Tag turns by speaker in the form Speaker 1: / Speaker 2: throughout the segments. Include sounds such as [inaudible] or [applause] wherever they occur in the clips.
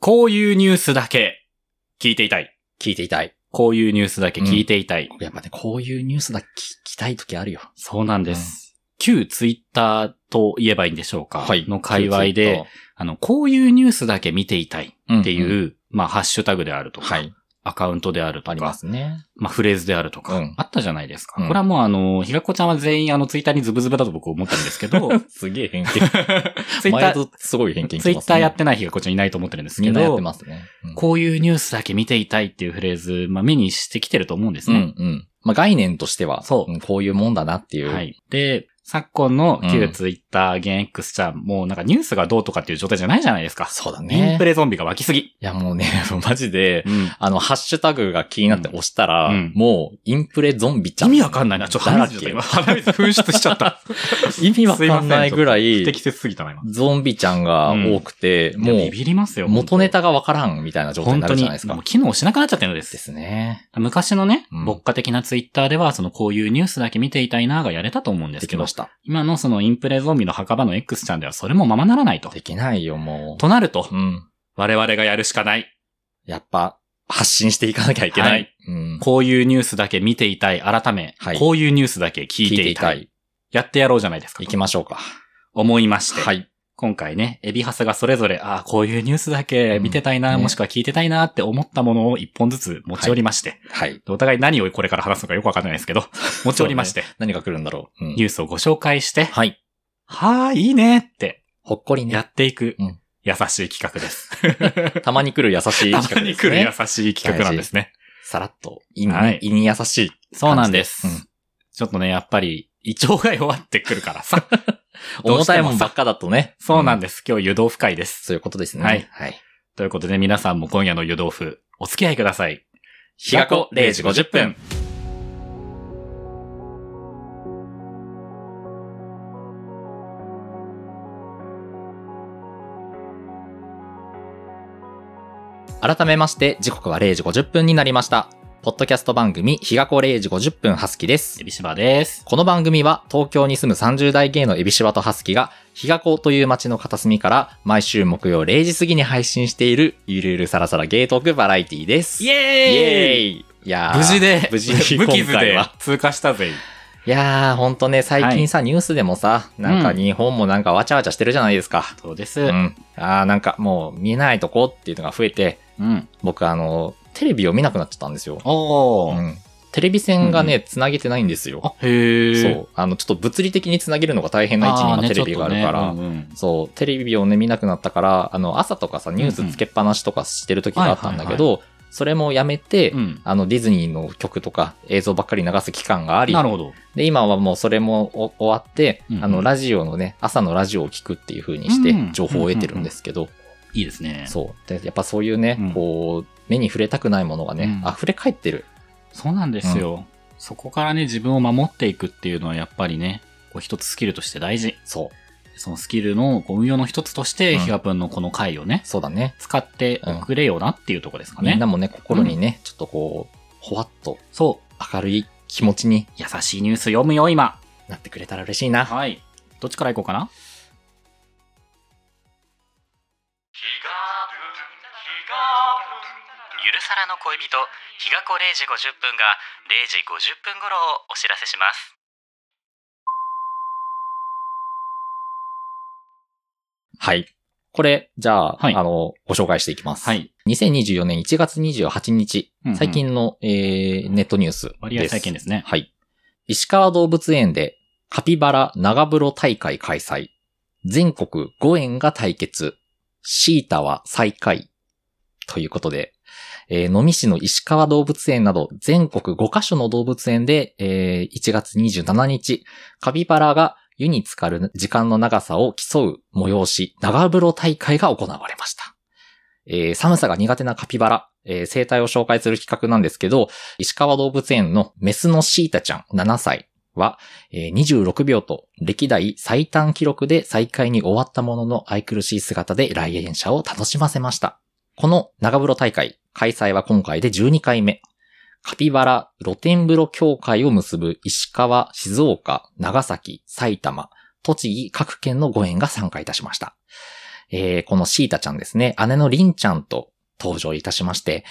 Speaker 1: こういうニュースだけ聞いていたい。
Speaker 2: 聞いていたい。
Speaker 1: こういうニュースだけ聞いていたい。
Speaker 2: やっぱね、こういうニュースだけ聞きたい時あるよ。
Speaker 1: そうなんです。旧ツイッターと言えばいいんでしょうか、の界隈で、、あの、こういうニュースだけ見ていたい
Speaker 2: っ
Speaker 1: っていう、
Speaker 2: うん。
Speaker 1: まあ、ハッシュタグであるとか、
Speaker 2: はい。
Speaker 1: アカウントであるとか、
Speaker 2: ありますね。
Speaker 1: まあ、フレーズであるとか、
Speaker 2: うん
Speaker 1: あったじゃないですか。
Speaker 2: うん
Speaker 1: これはもうあの、ひがこちゃんは全員あの、ツイッターにズブズブだと僕思ったんですけ
Speaker 2: [laughs]
Speaker 1: ど、
Speaker 2: すげえ偏
Speaker 1: [laughs]
Speaker 2: 見。
Speaker 1: ツイッタ
Speaker 2: 毎
Speaker 1: ー、
Speaker 2: 度すごい偏見
Speaker 1: ツイッターやっててないひがこちゃんいないと思ってるんです
Speaker 2: み
Speaker 1: け
Speaker 2: んなやっ
Speaker 1: ど
Speaker 2: て、ますね。うん
Speaker 1: こういうニュースだけ見ていたいっていうフレーズ、まあ、目にしてきてると思うんです
Speaker 2: うん
Speaker 1: ね。
Speaker 2: うん。まあ概念としては、
Speaker 1: そうん
Speaker 2: こういうもんだなっていう。
Speaker 1: はい。で、昨今の旧ツイッター、現 X ちゃん、もうなんかニュースがどうとかっていう状態じゃないじゃないですか。
Speaker 2: そうだ
Speaker 1: イン
Speaker 2: ね
Speaker 1: プ。レゾンビが湧きすぎ。
Speaker 2: いやもうね、 [laughs] マジで、
Speaker 1: うん
Speaker 2: あの、ハッシュタグが気になって押したら、
Speaker 1: うんうん
Speaker 2: もう、インプレゾンビちゃ
Speaker 1: 意
Speaker 2: ん。
Speaker 1: 味わかんないな。ちょっと鼻水出
Speaker 2: だ
Speaker 1: た今。
Speaker 2: ら
Speaker 1: 鼻水噴出しちゃった。
Speaker 2: け意味わかんないぐら
Speaker 1: 不
Speaker 2: [laughs] い、
Speaker 1: 適切すぎたな、今。
Speaker 2: ゾンビちゃんが多くて、も
Speaker 1: いやビビります
Speaker 2: う、
Speaker 1: よ。
Speaker 2: 元ネタがわからんみたいな状態
Speaker 1: 本
Speaker 2: にな
Speaker 1: 当
Speaker 2: るじ
Speaker 1: に
Speaker 2: ゃないです、
Speaker 1: もう
Speaker 2: か。
Speaker 1: 機能しなくなっちゃってるので。
Speaker 2: ですすね。
Speaker 1: 昔のね、
Speaker 2: うん
Speaker 1: 牧歌的なツイッターでは、そのこういうニュースだけ見ていたいながやれたと思うんで
Speaker 2: ですき
Speaker 1: けど
Speaker 2: まし、た。
Speaker 1: 今のそのインプレゾンビの墓場の X ちゃんではそれもままならないと。
Speaker 2: できないよ、も
Speaker 1: となると
Speaker 2: う。、うん。
Speaker 1: 我々がやるしかない。
Speaker 2: やっぱ、発信していかなきゃいけない。
Speaker 1: はい
Speaker 2: うん。
Speaker 1: こういうニュースだけ見ていたい。改め、
Speaker 2: はい
Speaker 1: こういうニュースだけ聞いていたい。
Speaker 2: 聞いてい
Speaker 1: やってやろうじゃないですか。
Speaker 2: 行きましょうか。
Speaker 1: 思いまして。
Speaker 2: はい。
Speaker 1: 今回ね、エビハスがそれぞれ、ああ、こういうニュースだけ見てたいな、
Speaker 2: うんね
Speaker 1: もしくは聞いてたいなって思ったものを一本ずつ持ち寄りまして、
Speaker 2: はい。
Speaker 1: でお互い何をこれから話すのかよくわかんない
Speaker 2: [laughs]
Speaker 1: ですけど、持ち寄りまして、
Speaker 2: 何が来るんだろう。うん
Speaker 1: ニュースをご紹介して、
Speaker 2: はい。
Speaker 1: はあ、いいねって
Speaker 2: ほっこり
Speaker 1: や
Speaker 2: ね。
Speaker 1: っていく
Speaker 2: うん
Speaker 1: 優しい企画です。
Speaker 2: たまに来る優し
Speaker 1: [laughs]
Speaker 2: い
Speaker 1: た
Speaker 2: 企
Speaker 1: ま
Speaker 2: 画
Speaker 1: に
Speaker 2: です
Speaker 1: 来る
Speaker 2: ね。
Speaker 1: 優しい企画なんですね。
Speaker 2: さらっと、胃
Speaker 1: はい
Speaker 2: に胃に優しい。
Speaker 1: そうなんです。
Speaker 2: うん
Speaker 1: ちょっとね、やっぱり、胃腸が弱ってくるから
Speaker 2: [laughs]
Speaker 1: さ。どう
Speaker 2: 重
Speaker 1: してもさ
Speaker 2: たいもんばっかだとね。
Speaker 1: そうなん
Speaker 2: す。
Speaker 1: です。今日湯豆腐会です。
Speaker 2: そういうことですね。
Speaker 1: はい
Speaker 2: はい。
Speaker 1: ということで皆さんも今夜の湯豆腐、お付き合いください。
Speaker 2: 日が子0時50分。改めまして、時刻は0時50分になりました。ポッドキャスト番組、日が子0時50分ハスキです
Speaker 1: エ。ビシバです。
Speaker 2: この番組は東京に住む30代芸のエビシバとハスキが、日が子という街の片隅から毎週木曜0時過ぎに配信しているゆるゆるさらさらゲートークバラエティーです。
Speaker 1: イエーイ
Speaker 2: イエーイいやー
Speaker 1: 無事で、
Speaker 2: 無事に
Speaker 1: 無傷
Speaker 2: 今回
Speaker 1: で
Speaker 2: は
Speaker 1: 通過したぜ。
Speaker 2: いやー、ほんとね、最近さ、ニュースでもさ、なんか日本もなんかわちゃわちゃしてるじゃないですか。
Speaker 1: そうです。
Speaker 2: う
Speaker 1: うん。
Speaker 2: ん。あー、なんかもう見えないとこっていうのが増えて、僕あの、テレビを見なくなっちゃったんですよ。
Speaker 1: おー。
Speaker 2: うんテレビ線がね、繋げてないんですよ。
Speaker 1: あ、へー。
Speaker 2: そう。あの、ちょっと物理的に繋げるのが大変な位置に
Speaker 1: あー
Speaker 2: 今
Speaker 1: ね
Speaker 2: テレビがあるから。
Speaker 1: ちょっとねうんうん
Speaker 2: そう、テレビをね、見なくなったから、あの、朝とかさ、ニュースつけっぱなしとかしてる時があったんだけど、それもやめて、
Speaker 1: うん
Speaker 2: あの、ディズニーの曲とか映像ばっかり流す期間があり、
Speaker 1: なるほど。
Speaker 2: で、今はもうそれもお終わって、
Speaker 1: うんうん
Speaker 2: あの、ラジオのね、朝のラジオを聞くっていう風にして
Speaker 1: うん、
Speaker 2: 情報を得てるんですけど、
Speaker 1: いいですね。そ
Speaker 2: そう。で、やっぱそういうね、
Speaker 1: うん
Speaker 2: こう、目に触れたくないものがね、
Speaker 1: うん
Speaker 2: 溢れ返ってる。
Speaker 1: うなんですよ。そこからね、自分を守っていくっていうのはやっぱりね、こう一つスキルとして大事。
Speaker 2: そう。
Speaker 1: そのスキルのこう運用の一つとして、
Speaker 2: うん
Speaker 1: ひがぷんのこの回をね、
Speaker 2: そうだね。
Speaker 1: 使っておくれよなっていうところですかね。
Speaker 2: みんなもね、心にね、ちょっとこう、ほわっと
Speaker 1: そう。
Speaker 2: 明るい気持ちに
Speaker 1: 優しいニュース読むよ、今。
Speaker 2: なってくれたら嬉しいな。
Speaker 1: はい。どっちから行こうかな
Speaker 3: ゆるさらの恋人日が子0時50分が0時50分頃をお知らせします
Speaker 2: はい。これ、じゃあ、
Speaker 1: はい
Speaker 2: あの、ご紹介していきます。
Speaker 1: はい。
Speaker 2: 2024年1月28日、
Speaker 1: うんうん
Speaker 2: 最近の、えーネットニュースです。
Speaker 1: 割合最近ですね。
Speaker 2: はい。石川動物園でカピバラ長風呂大会開催。全国5園が対決。シータは最下位。ということで、えー、能美市の石川動物園など全国5カ所の動物園で、えー、1月27日、カピバラが湯に浸かる時間の長さを競う催し、長風呂大会が行われました。えー寒さが苦手なカピバラ、えー生態を紹介する企画なんですけど、石川動物園のメスのシータちゃん7歳は、えー26秒と歴代最短記録で再開に終わったものの愛くるしい姿で来園者を楽しませました。この長風呂大会、開催は今回で12回目。カピバラ露天風呂協会を結ぶ石川、静岡、長崎、埼玉、栃木各県のご縁が参加いたしました。えーこのシータちゃんですね、姉のリンちゃんと登場いたしまして、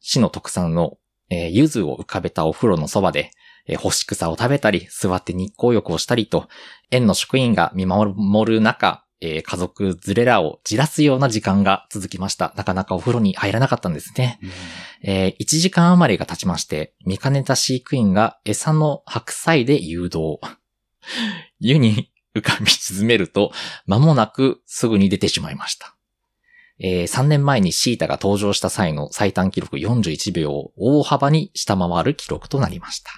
Speaker 2: 市の特産の、えー柚子を浮かべたお風呂のそばで、えー干し草を食べたり、座って日光浴をしたりと、園の職員が見守る中、えー家族連れらをじらすような時間が続きました。なかなかお風呂に入らなかったんですね。え1時間余りが経ちまして、見かねた飼育員が餌の白菜で誘導。湯に浮かび沈めると、間もなくすぐに出てしまいました。え3年前にシータが登場した際の最短記録41秒を大幅に下回る記録となりました。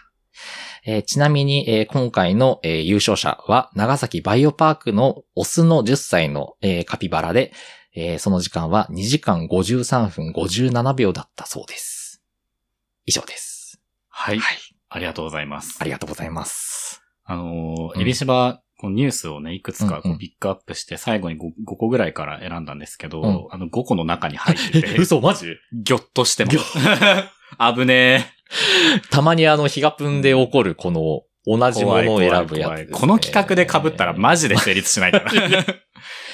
Speaker 2: えーちなみに、えー今回の、えー優勝者は長崎バイオパークのオスの10歳の、えーカピバラで、えーその時間は2時間53分57秒だったそうです。以上です。
Speaker 1: はい。ありがとうございます。
Speaker 2: ありがとうございます。
Speaker 1: あの
Speaker 2: う
Speaker 1: ー、
Speaker 2: ん
Speaker 1: エリシバ、こうニュースをね、いくつか
Speaker 2: うん
Speaker 1: こ
Speaker 2: うん
Speaker 1: うピックアップして、最後に 5, 個ぐらいから選んだんですけど、
Speaker 2: うん、
Speaker 1: あの5個の中に入ってて
Speaker 2: [laughs] 嘘マジ
Speaker 1: ぎょっとしてます。 [laughs] 危ね
Speaker 2: たまにあの、ヒガプンで起こる、この、同
Speaker 1: え。
Speaker 2: じものを選ぶ
Speaker 1: 怖い怖い
Speaker 2: やつで
Speaker 1: 怖い
Speaker 2: すね、
Speaker 1: この企画で被ったらマジで成立しないから。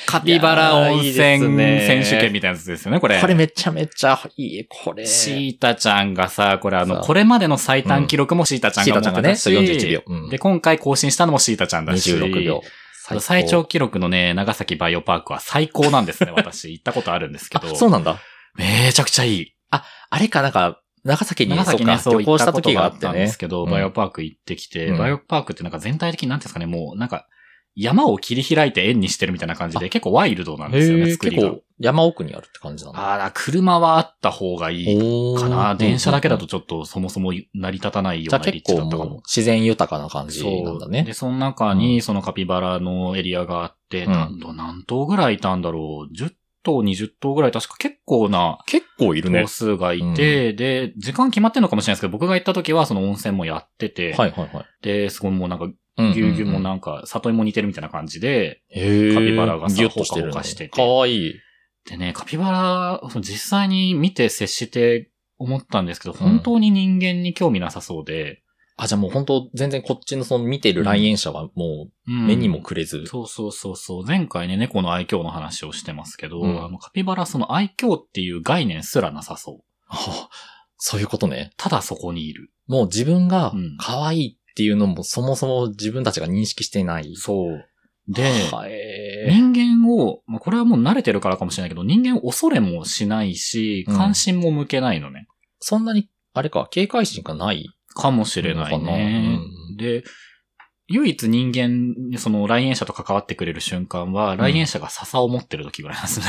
Speaker 1: カピバラ温
Speaker 2: いやーいいです
Speaker 1: 泉
Speaker 2: ね
Speaker 1: 選手権みたいなやつですよね、これ。
Speaker 2: これめちゃめちゃいい、これ。
Speaker 1: シータちゃんがさ、これあ
Speaker 2: そ
Speaker 1: の、
Speaker 2: う
Speaker 1: これまでの最短記録もシータちゃん
Speaker 2: シー
Speaker 1: が持
Speaker 2: タちゃ
Speaker 1: っ
Speaker 2: んが
Speaker 1: て
Speaker 2: ね、
Speaker 1: たし、
Speaker 2: そう41秒。うん
Speaker 1: で、、今回更新したのもシータちゃんだし。
Speaker 2: 26秒。高
Speaker 1: 最長。記録のね、長崎バイオパークは最高なん
Speaker 2: [laughs]
Speaker 1: ですね。私、行ったことあるんですけ
Speaker 2: あ
Speaker 1: ど。、
Speaker 2: そうなんだ。
Speaker 1: めちゃくちゃいい。
Speaker 2: あれか、なんか、長崎に、
Speaker 1: 長崎ね、
Speaker 2: そう
Speaker 1: そ
Speaker 2: か、
Speaker 1: う
Speaker 2: 旅
Speaker 1: 行
Speaker 2: 行
Speaker 1: っ
Speaker 2: したた
Speaker 1: こと
Speaker 2: 時
Speaker 1: が
Speaker 2: が
Speaker 1: あ
Speaker 2: あ
Speaker 1: っ
Speaker 2: った
Speaker 1: ん
Speaker 2: てね。
Speaker 1: ですけど、
Speaker 2: うん
Speaker 1: バイオパーク行ってきて、
Speaker 2: うん
Speaker 1: バイオパークってなんか全体的になんていうんですかね、もうなんか、山を切り開いて円にしてるみたいな感じで、結構ワイルドなんですよ
Speaker 2: へ
Speaker 1: ね、
Speaker 2: え、
Speaker 1: 作
Speaker 2: 結
Speaker 1: りが。
Speaker 2: 構、山奥にあるって感じなんだ。
Speaker 1: あら、車はあった方がいい
Speaker 2: おー
Speaker 1: かな。電車だけだと
Speaker 2: うん
Speaker 1: ちょっとそもそも成り立たないよう
Speaker 2: じゃあ
Speaker 1: な
Speaker 2: 結
Speaker 1: 立地だ
Speaker 2: 構
Speaker 1: ったか
Speaker 2: もう
Speaker 1: も。
Speaker 2: 自然豊かな感じなんだ
Speaker 1: そう。
Speaker 2: ね
Speaker 1: で、。その中
Speaker 2: う
Speaker 1: に、そのカピバラのエリアがあって、
Speaker 2: うん
Speaker 1: 何頭、何頭ぐらいいたんだろう。10頭、20頭ぐらい、確か結構な
Speaker 2: 結構いるね
Speaker 1: 頭。数がいて、で、時間決まってんのかもしれないですけど、僕が行った時はその温泉もやってて、
Speaker 2: はいはいはい
Speaker 1: で、すごいもうなんか、
Speaker 2: うんうんうん。
Speaker 1: ぎゅうぎゅうもなんか、里芋似てるみたいな感じで、
Speaker 2: へー
Speaker 1: カピバラがさ
Speaker 2: ギュッとしてるの
Speaker 1: ほかほかしてて
Speaker 2: かわいい。
Speaker 1: でね、カピバラ、その実際に見て接して思ったんですけど、本当に人間に興味なさそうで、
Speaker 2: あ、じゃあもう本当全然こっちのその見てる来園者はもう
Speaker 1: 目
Speaker 2: 目にもくれず。
Speaker 1: そうそうそうそう。前回ね、猫の愛嬌の話をしてますけど、
Speaker 2: うん
Speaker 1: あの、カピバラ、その愛嬌っていう概念すらなさそう。
Speaker 2: あそういうことね。
Speaker 1: ただそこにいる。
Speaker 2: もう自分が
Speaker 1: うん
Speaker 2: 可愛いっていうのもそもそも自分たちが認識していない。
Speaker 1: そう。で、
Speaker 2: はいえ
Speaker 1: 人間を、まあ、これはもう慣れてるからかもしれないけど、人間を恐れもしないし、
Speaker 2: うん
Speaker 1: 関心も向けないのね。
Speaker 2: そんなに、あれか、警戒心がない
Speaker 1: かもしれないね。
Speaker 2: うん
Speaker 1: で、唯一人間にその来園者と関わってくれる瞬間は、来園者が笹を持ってる時ぐらいなんですね。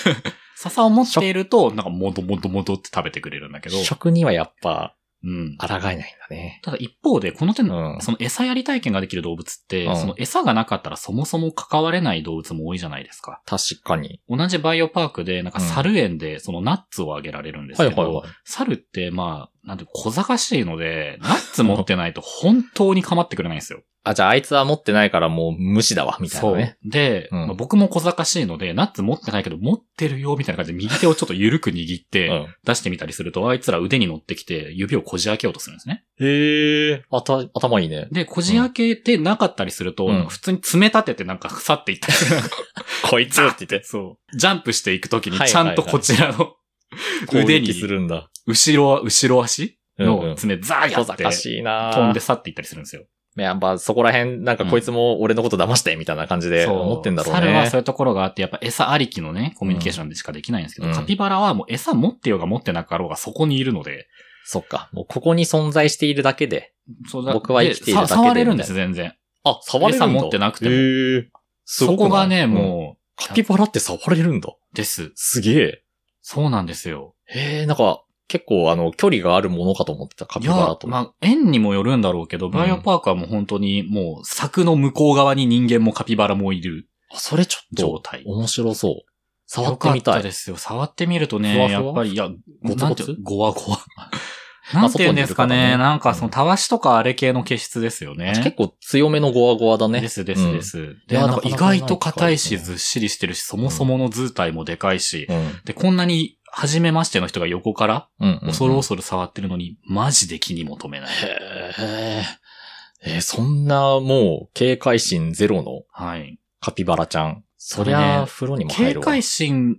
Speaker 1: [laughs] 笹を持っていると、なんか、もどもどもどって食べてくれるんだけど、
Speaker 2: 食にはやっぱ
Speaker 1: うん。
Speaker 2: 抗えないんだね。
Speaker 1: ただ一方で、この手の、
Speaker 2: うん
Speaker 1: その餌やり体験ができる動物って、
Speaker 2: うん
Speaker 1: その餌がなかったらそもそも関われない動物も多いじゃないですか。
Speaker 2: 確かに。
Speaker 1: 同じバイオパークで、なんか猿園でそのナッツをあげられるんです
Speaker 2: は
Speaker 1: け
Speaker 2: い
Speaker 1: ど、
Speaker 2: はいはい。
Speaker 1: 猿ってまあ、なんて小賢しいので、ナッツ持ってないと本当に構ってくれないんです
Speaker 2: [laughs]
Speaker 1: よ。
Speaker 2: あ、じゃああいつは持ってないからもう無視だわ、みたいなね。
Speaker 1: そう。で、
Speaker 2: うん
Speaker 1: まあ僕も小賢しいので、ナッツ持ってないけど持ってるよみたいな感じで右手をちょっと緩く握っ
Speaker 2: う
Speaker 1: て
Speaker 2: ん。
Speaker 1: 出してみたりすると、あいつら腕に乗ってきて指をこじ開けようとするんですね。
Speaker 2: へえ。あた、頭いいね。
Speaker 1: で、こじ開けてなかったりすると、
Speaker 2: うん
Speaker 1: なんか普通に爪立ててなんか腐っていったりする。
Speaker 2: こいつって言って。
Speaker 1: そう。ジャンプしていくときに
Speaker 2: はい
Speaker 1: ちゃんとこちらの [laughs]
Speaker 2: 腕
Speaker 1: 腕
Speaker 2: に
Speaker 1: に
Speaker 2: するんだ。
Speaker 1: 後ろ、後ろ足
Speaker 2: うんう
Speaker 1: の
Speaker 2: ん
Speaker 1: 爪ザーや
Speaker 2: 小
Speaker 1: って
Speaker 2: 賢しいな
Speaker 1: 飛んで去っていったりするんですよ。
Speaker 2: やっぱそこら辺、なんかこいつも俺のこと騙して、みたいな感じで思ってんだろうね。
Speaker 1: 猿はそういうところがあって、やっぱ餌ありきのね、コミュニケーションでしかできないんですけど、
Speaker 2: うん
Speaker 1: カピバラはもう餌持ってようが持ってなかろうがそこにいるので、
Speaker 2: そっか。もうここに存在しているだけで。
Speaker 1: そう
Speaker 2: 僕は生きているだけで
Speaker 1: さ触れるんです、全然。
Speaker 2: あ、触れるんだ。
Speaker 1: 餌持ってなくても
Speaker 2: へーすご
Speaker 1: そ
Speaker 2: くない
Speaker 1: こがね、
Speaker 2: うん
Speaker 1: もう、
Speaker 2: カピバラって触れるんだ。
Speaker 1: です。
Speaker 2: すげえ。
Speaker 1: そうなんですよ。
Speaker 2: へえ、なんか、結構あの、距離があるものかと思ってた、カピバラと。
Speaker 1: いや、まあ、園にもよるんだろうけど、バイオパークはもう本当にもう柵の向こう側に人間もカピバラもいる
Speaker 2: あそれちょっ
Speaker 1: 状
Speaker 2: と、
Speaker 1: 態。
Speaker 2: 面白そう。触ってみ
Speaker 1: よか
Speaker 2: た
Speaker 1: った
Speaker 2: い。
Speaker 1: ですよ。触ってみるとね、
Speaker 2: ふわふわ
Speaker 1: やっぱり、いや、
Speaker 2: ゴツゴツ
Speaker 1: なんてごわごわ。 [laughs] なんて言うんですか
Speaker 2: まあ外にいる
Speaker 1: ね。
Speaker 2: からね
Speaker 1: なんかその、たわしとかあれ系の気質ですよね。
Speaker 2: 結構強めのゴワゴワだね。
Speaker 1: ですですです。で、
Speaker 2: いや
Speaker 1: なんか
Speaker 2: なか
Speaker 1: 意
Speaker 2: なかない
Speaker 1: 外と硬い
Speaker 2: 機
Speaker 1: し、
Speaker 2: 会です
Speaker 1: ずっしりしてるし、そもそもの図体もでかいし、
Speaker 2: うん。
Speaker 1: で、こんなに、初めましての人が横から、
Speaker 2: うん。うん。
Speaker 1: 恐る恐る触ってるのに、マジで気に求めない。
Speaker 2: へーえー、そんなもう警戒心ゼロの
Speaker 1: はい。
Speaker 2: カピバラちゃん。そり
Speaker 1: これ
Speaker 2: ゃ、
Speaker 1: ね
Speaker 2: 風呂にも入
Speaker 1: 警
Speaker 2: るわ。
Speaker 1: 戒心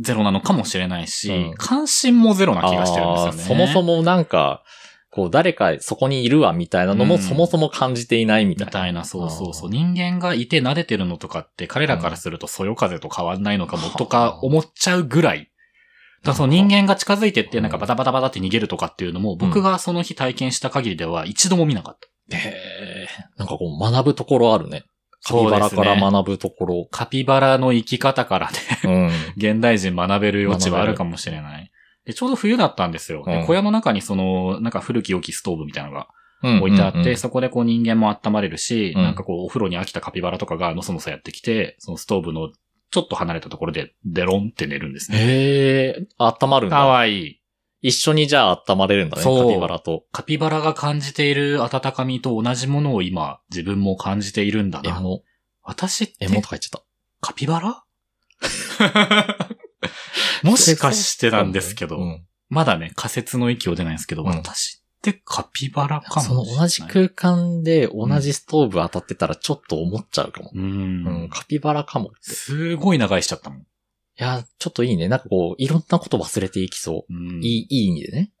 Speaker 1: ゼロなのかもしれないし、
Speaker 2: うん
Speaker 1: 関心もゼロな気がしてるんですよね。
Speaker 2: あーそもそ。もなんか、こう、誰かそこにいるわみたいなの
Speaker 1: う
Speaker 2: も
Speaker 1: ん
Speaker 2: そもそも感じていないみ
Speaker 1: み
Speaker 2: たいな。
Speaker 1: たいな、そうそうそう。
Speaker 2: あ
Speaker 1: 人間がいて撫でてるのとかって、彼らからするとそよ風と変わんないのかも、と
Speaker 2: は
Speaker 1: か
Speaker 2: あ
Speaker 1: 思っちゃうぐらい。だからその人間が近づいてって、なんかバタバタバタって逃げるとかっていうのも、僕がその日体験した限りでは一度も見なかった。
Speaker 2: へーなんかこう、学ぶところあるね。カ
Speaker 1: そう
Speaker 2: ピ
Speaker 1: です
Speaker 2: バ
Speaker 1: ね
Speaker 2: ラから学ぶところ。
Speaker 1: カピバラの生き方からね、 [laughs]
Speaker 2: うん。
Speaker 1: 現代人学べる余地はあるかもしれない。でちょうど冬だったんですよ。で
Speaker 2: うん
Speaker 1: 小屋の中にその、なんか古き良きストーブみたいなのが
Speaker 2: うん
Speaker 1: 置いてあって、
Speaker 2: うんうん
Speaker 1: そこでこう人間も温まれるし、
Speaker 2: うん
Speaker 1: なんかこうお風呂に飽きたカピバラとかがのそのそやってきて、そのストーブのちょっと離れたところでデロンって寝るんですね。
Speaker 2: へえ、温まるん
Speaker 1: か
Speaker 2: だ。
Speaker 1: わいい。
Speaker 2: 一緒にじゃあ温まれるんだね、
Speaker 1: そう
Speaker 2: カピバラと。
Speaker 1: カピバラが感じている温かみと同じものを今自分も感じているんだ
Speaker 2: エ
Speaker 1: な。
Speaker 2: モ、
Speaker 1: 私って
Speaker 2: エモとか言っちゃっ
Speaker 1: カピバ
Speaker 2: [laughs]
Speaker 1: ラもしかして
Speaker 2: た。
Speaker 1: なんですけど、
Speaker 2: うん
Speaker 1: まだね、仮説の域を出ないんですけど、
Speaker 2: うん
Speaker 1: 私ってカピバラかもし
Speaker 2: そ
Speaker 1: れな
Speaker 2: の
Speaker 1: い。
Speaker 2: 同じ空間で同じストーブ当たってたらちょっと思っちゃうかも。
Speaker 1: う
Speaker 2: うん、
Speaker 1: ん。
Speaker 2: カピバラかもって。
Speaker 1: すごい長いしちゃったもん。
Speaker 2: いや、ちょっといいね。なんかこう、いろんなこと忘れていきそうう。
Speaker 1: ん
Speaker 2: いい、いい意味でね。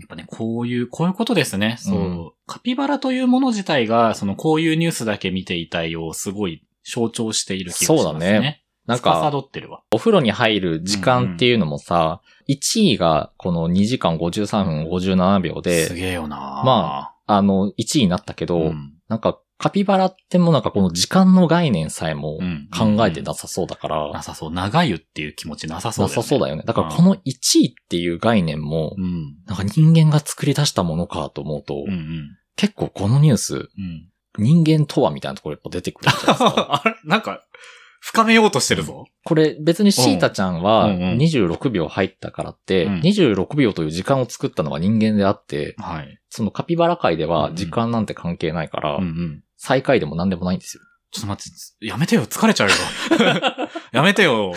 Speaker 1: やっぱね、こういう、こういうことですね。そう。
Speaker 2: うん
Speaker 1: カピバラというもの自体が、その、こういうニュースだけ見ていたいをすごい象徴している気がしますね。
Speaker 2: そうだね。なん
Speaker 1: 司
Speaker 2: か、
Speaker 1: ってるわ。
Speaker 2: お風呂に入る時間っていうのもさ、1位がこの2時間53分57秒
Speaker 1: す
Speaker 2: で、
Speaker 1: げえよな
Speaker 2: まあの、1位になったけ
Speaker 1: あ
Speaker 2: ど、
Speaker 1: うん。
Speaker 2: なんか、カピバラってもうなんかこの時間の概念さえも
Speaker 1: うん
Speaker 2: 考えてなさそうだから、
Speaker 1: なさそう。長湯っていう気持ちなさそう
Speaker 2: な
Speaker 1: だよね。
Speaker 2: さそう
Speaker 1: だ。
Speaker 2: だよね。だからこの1位っていう概念も
Speaker 1: う、ん。
Speaker 2: なんか人間が作り出したものかと思うと、
Speaker 1: うんうん。
Speaker 2: 結構このニュース、
Speaker 1: うん。
Speaker 2: 人間とはみたいなところやっぱ出てくるじゃないですか。
Speaker 1: [laughs] あれなんか、深めようとしてるぞ。
Speaker 2: これ別にシータちゃんは
Speaker 1: うんうんうん
Speaker 2: 26秒入ったからって、
Speaker 1: うん
Speaker 2: 26秒という時間を作ったのは人間であって、
Speaker 1: はい。
Speaker 2: そのカピバラ界で
Speaker 1: うん
Speaker 2: は
Speaker 1: うん
Speaker 2: 時間なんて関係ないから、
Speaker 1: うんうん。
Speaker 2: 最下位でも何でもないんですよ。
Speaker 1: ちょっと待って、やめてよ、疲れちゃう [laughs] よ。やめてよ。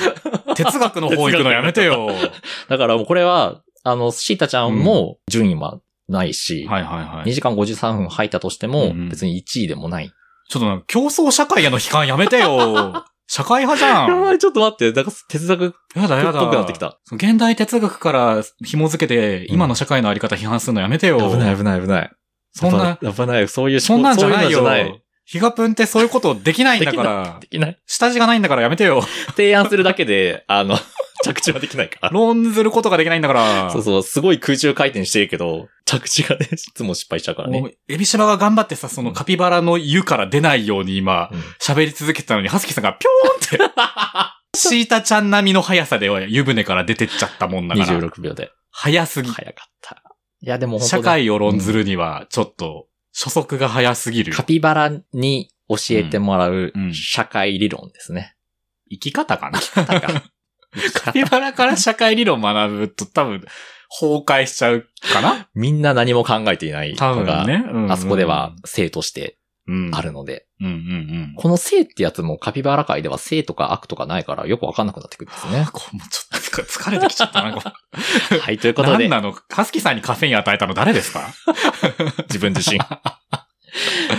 Speaker 1: 哲学の方行くのやめてよ。 [laughs] はい
Speaker 2: だからもうこれは、あの、シータちゃんも順位はないし、
Speaker 1: はいはい
Speaker 2: 2。時間53分入ったとして
Speaker 1: うん
Speaker 2: も
Speaker 1: うん
Speaker 2: 別に1位でもない。
Speaker 1: ちょっとなんか競争社会への批判やめて
Speaker 2: [laughs]
Speaker 1: よ。社会派じゃ
Speaker 2: やば
Speaker 1: ん。
Speaker 2: い、ちょっと待って、なんか哲学、
Speaker 1: やだやだ。
Speaker 2: 尊くなってきた。
Speaker 1: 現代哲学から紐付けて、今の社会のあり方批判するのやめてよ。
Speaker 2: 危ない危ない危ない。
Speaker 1: そんな、
Speaker 2: やっぱ危ない、そういう思考
Speaker 1: そんなんじゃない
Speaker 2: そううの
Speaker 1: よ。ヒガプンってそういうことできないんだか
Speaker 2: な
Speaker 1: ら
Speaker 2: い。で、きない。
Speaker 1: 下地がないんだからやめて
Speaker 2: [laughs]
Speaker 1: よ。
Speaker 2: 提案するだけで、あの、 [laughs] 着地はできないから。
Speaker 1: 論ずることができないんだから。
Speaker 2: そうそう、すごい空中回転してるけど、着地がね、いつも失敗しちゃうから
Speaker 1: も
Speaker 2: ね。
Speaker 1: うエビシバが頑張ってさ、そのカピバラの湯から出ないように今、
Speaker 2: うん
Speaker 1: 喋り続けてたのに、ハスキーさんがピョ
Speaker 2: [laughs]
Speaker 1: ーンって、シータちゃん並みの速さで湯船から出てっちゃったもんだから。
Speaker 2: 26秒で。
Speaker 1: 早すぎ。
Speaker 2: 早かった。いや、でも本当
Speaker 1: 社
Speaker 2: に
Speaker 1: 会を論ずるには、ちょっと、初速が早すぎるよ
Speaker 2: カ。ピバラに教えてもらう
Speaker 1: うんうん
Speaker 2: 社会理論ですね。
Speaker 1: 生き方かな
Speaker 2: なんか
Speaker 1: カピバラから社会理論学ぶと多分、崩壊しちゃうかな
Speaker 2: [laughs] みんな何も考えていない
Speaker 1: 多
Speaker 2: の
Speaker 1: 分
Speaker 2: が、
Speaker 1: ね。うんうん
Speaker 2: あそこでは、性として
Speaker 1: うん。
Speaker 2: あるので、
Speaker 1: うんうんうん。
Speaker 2: この性ってやつもカピバラ界では性とか悪とかないからよくわかんなくなってくるんですね
Speaker 1: [laughs] あ。こうもうちょっと疲れてきちゃったな、 [laughs] これ
Speaker 2: はい、ということで、
Speaker 1: 何なのハスキーさんにカフェイン与えたの誰ですか
Speaker 2: 自分自身。 [laughs]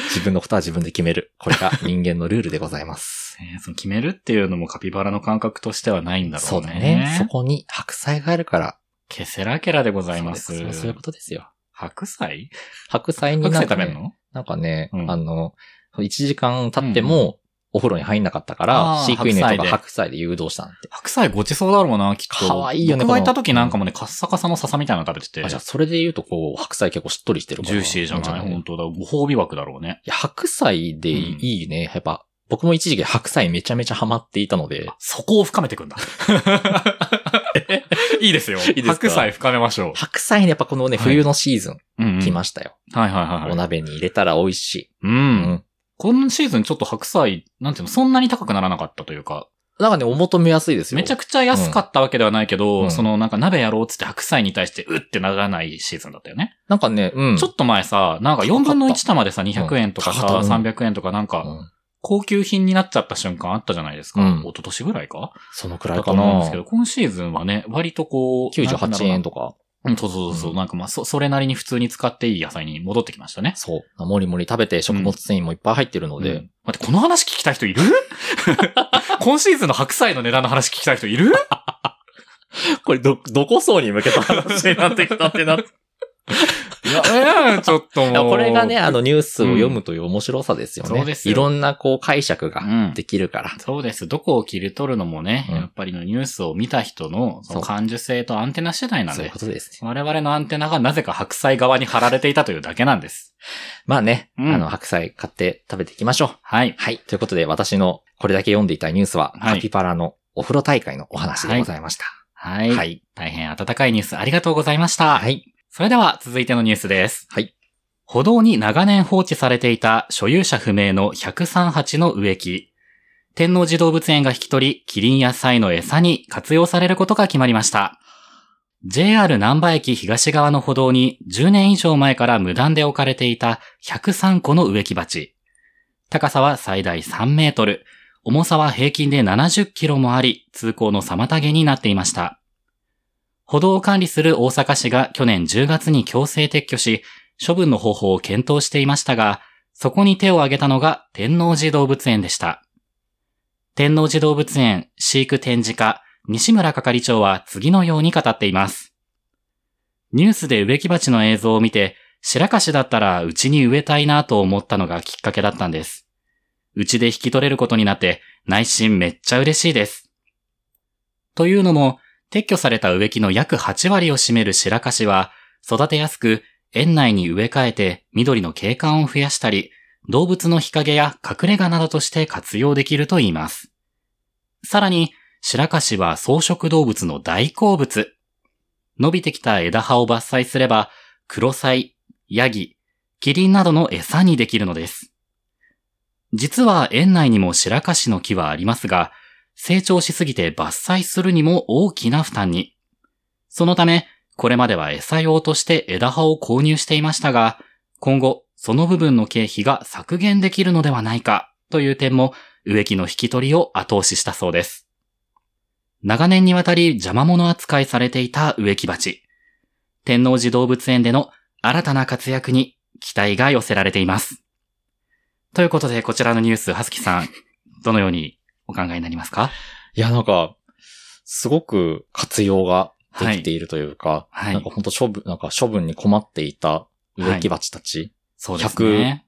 Speaker 2: 自分のことは自分で決める。これが人間のルールでございま
Speaker 1: え
Speaker 2: す。
Speaker 1: ーその決めるっていうのもカピバラの感覚としてはないんだろうね。
Speaker 2: そうだね。そこに白菜があるから。
Speaker 1: ケセラケラでございます。
Speaker 2: そうでそういうことですよ。
Speaker 1: 白菜
Speaker 2: 白菜に
Speaker 1: 白
Speaker 2: な
Speaker 1: 菜
Speaker 2: んか
Speaker 1: 食べる
Speaker 2: ね、
Speaker 1: の
Speaker 2: なんかね、
Speaker 1: うん
Speaker 2: あの、1時間経って
Speaker 1: うん
Speaker 2: もお風呂に入んなかったから
Speaker 1: あ、ー
Speaker 2: 飼育員の人が
Speaker 1: 白菜で
Speaker 2: 白菜で誘導したんて。
Speaker 1: 白菜ごちそうだろうな、きっと。
Speaker 2: かわいいよね
Speaker 1: 僕が
Speaker 2: こ
Speaker 1: 行
Speaker 2: の
Speaker 1: った時なんかもね、カッサカサの笹みたいなの食べてて。
Speaker 2: あじゃあ、それで言うと、こう、白菜結構しっとりしてるから。
Speaker 1: ジューシーじゃない
Speaker 2: ん
Speaker 1: 本当だ。ご褒美枠だろうね。
Speaker 2: いや、白菜でいいね。やっぱ、僕も一時期白菜めちゃめちゃハマっていたので、
Speaker 1: そこを深めていくんだ。 [laughs] いいですよ。
Speaker 2: いいですか
Speaker 1: 白菜深めましょ
Speaker 2: 白菜ね、やっぱこのね、
Speaker 1: はい
Speaker 2: 冬のシーズン
Speaker 1: う。うん、うん。
Speaker 2: 来ましたよ。
Speaker 1: はいはいはい
Speaker 2: お
Speaker 1: はい。
Speaker 2: 鍋に入れたら美味しい。
Speaker 1: う。。
Speaker 2: うん
Speaker 1: 今シーズンちょっと白菜、なんていうの、そんなに高くならなかったというか、
Speaker 2: なんかね、お求めやすいですよ。
Speaker 1: めちゃくちゃ安かったわけではないけど、
Speaker 2: うん
Speaker 1: そのなんか鍋やろうっつって白菜に対してうってならないシーズンだったよね。
Speaker 2: なんかね、うん。
Speaker 1: ちょっと前さ、なんか4分の1玉でさ、200円とかさ、
Speaker 2: 高かったうん
Speaker 1: 300円とかなん
Speaker 2: う
Speaker 1: か、
Speaker 2: ん
Speaker 1: 高級品になっちゃった瞬間あったじゃないですか。
Speaker 2: うん
Speaker 1: 一昨年ぐらいか
Speaker 2: そのくら
Speaker 1: だと
Speaker 2: いか
Speaker 1: 思うん
Speaker 2: な
Speaker 1: ですけど、今シーズンはね、割とこう、
Speaker 2: 98円とか。
Speaker 1: うんそうそうそうそう、
Speaker 2: うん
Speaker 1: なんかまあ、そ、それなりに普通に使っていい野菜に戻ってきましたね。
Speaker 2: そう。もりもり食べて食物繊維もいっぱい入ってるので、
Speaker 1: うん [laughs] 待って、この話聞きたい人いる [laughs] 今シーズンの白菜の値段の話聞きたい人いる
Speaker 2: これど、どこ層に向けた話になってきたってなって。
Speaker 1: いや、いやちょっと
Speaker 2: [laughs] いや
Speaker 1: [laughs] もう。
Speaker 2: これがね、あのニュースを読むという面白さですよね。
Speaker 1: うんそうですよ
Speaker 2: いろんなこう解釈
Speaker 1: う
Speaker 2: が
Speaker 1: ん。
Speaker 2: できるから。
Speaker 1: そうです。どこを切り取るのもね、
Speaker 2: うん
Speaker 1: やっぱりのニュースを見た人のそ
Speaker 2: そう
Speaker 1: の感受性とアンテナ次第なん
Speaker 2: そういう
Speaker 1: で
Speaker 2: こ、とですね。
Speaker 1: 我々のアンテナがなぜか白菜側に貼られていたというだけなんです。
Speaker 2: まあね、
Speaker 1: うん
Speaker 2: あの、白菜買って食べていきましょう。
Speaker 1: はい。
Speaker 2: はい。ということで、私のこれだけ読んでいたニュースは、
Speaker 1: はい
Speaker 2: カピバラのお風呂大会のお話でございました。
Speaker 1: はい。
Speaker 2: はい
Speaker 1: 大変温かいニュースありがとうございました。
Speaker 2: はい。
Speaker 1: それでは続いてのニュースです。
Speaker 2: はい。
Speaker 1: 歩道に長年放置されていた所有者不明の103鉢の植木。天王寺動物園が引き取り、キリンやサイの餌に活用されることが決まりました。JR 南波駅東側の歩道に10年以上前から無断で置かれていた103個の植木鉢。高さは最大3メートル。重さは平均で70キロもあり、通行の妨げになっていました。歩道を管理する大阪市が去年10月に強制撤去し、処分の方法を検討していましたが、そこに手を挙げたのが天王寺動物園でした。天王寺動物園飼育展示課西村係長は次のように語っています。ニュースで植木鉢の映像を見て、白樫だったらうちに植えたいなと思ったのがきっかけだったんです。うちで引き取れることになって内心めっちゃ嬉しいです。というのも、撤去された植木の約8割を占める白樫は、育てやすく、園内に植え替えて緑の景観を増やしたり、動物の日陰や隠れ家などとして活用できると言います。さらに、白樫は草食動物の大好物。伸びてきた枝葉を伐採すれば、クロサイ、ヤギ、キリンなどの餌にできるのです。実は園内にも白樫の木はありますが、成長しすぎて伐採するにも大きな負担に。そのため、これまでは餌用として枝葉を購入していましたが、今後、その部分の経費が削減できるのではないかという点も植木の引き取りを後押ししたそうです。長年にわたり邪魔者扱いされていた植木鉢。天王寺動物園での新たな活躍に期待が寄せられています。ということで、こちらのニュース、はすきさん、どのようにお考えになりますか
Speaker 2: いや、なんか、すごく活用ができているというか、
Speaker 1: はい
Speaker 2: なんか本当処分、なんか処分に困っていた植木鉢たち、
Speaker 1: そうですね。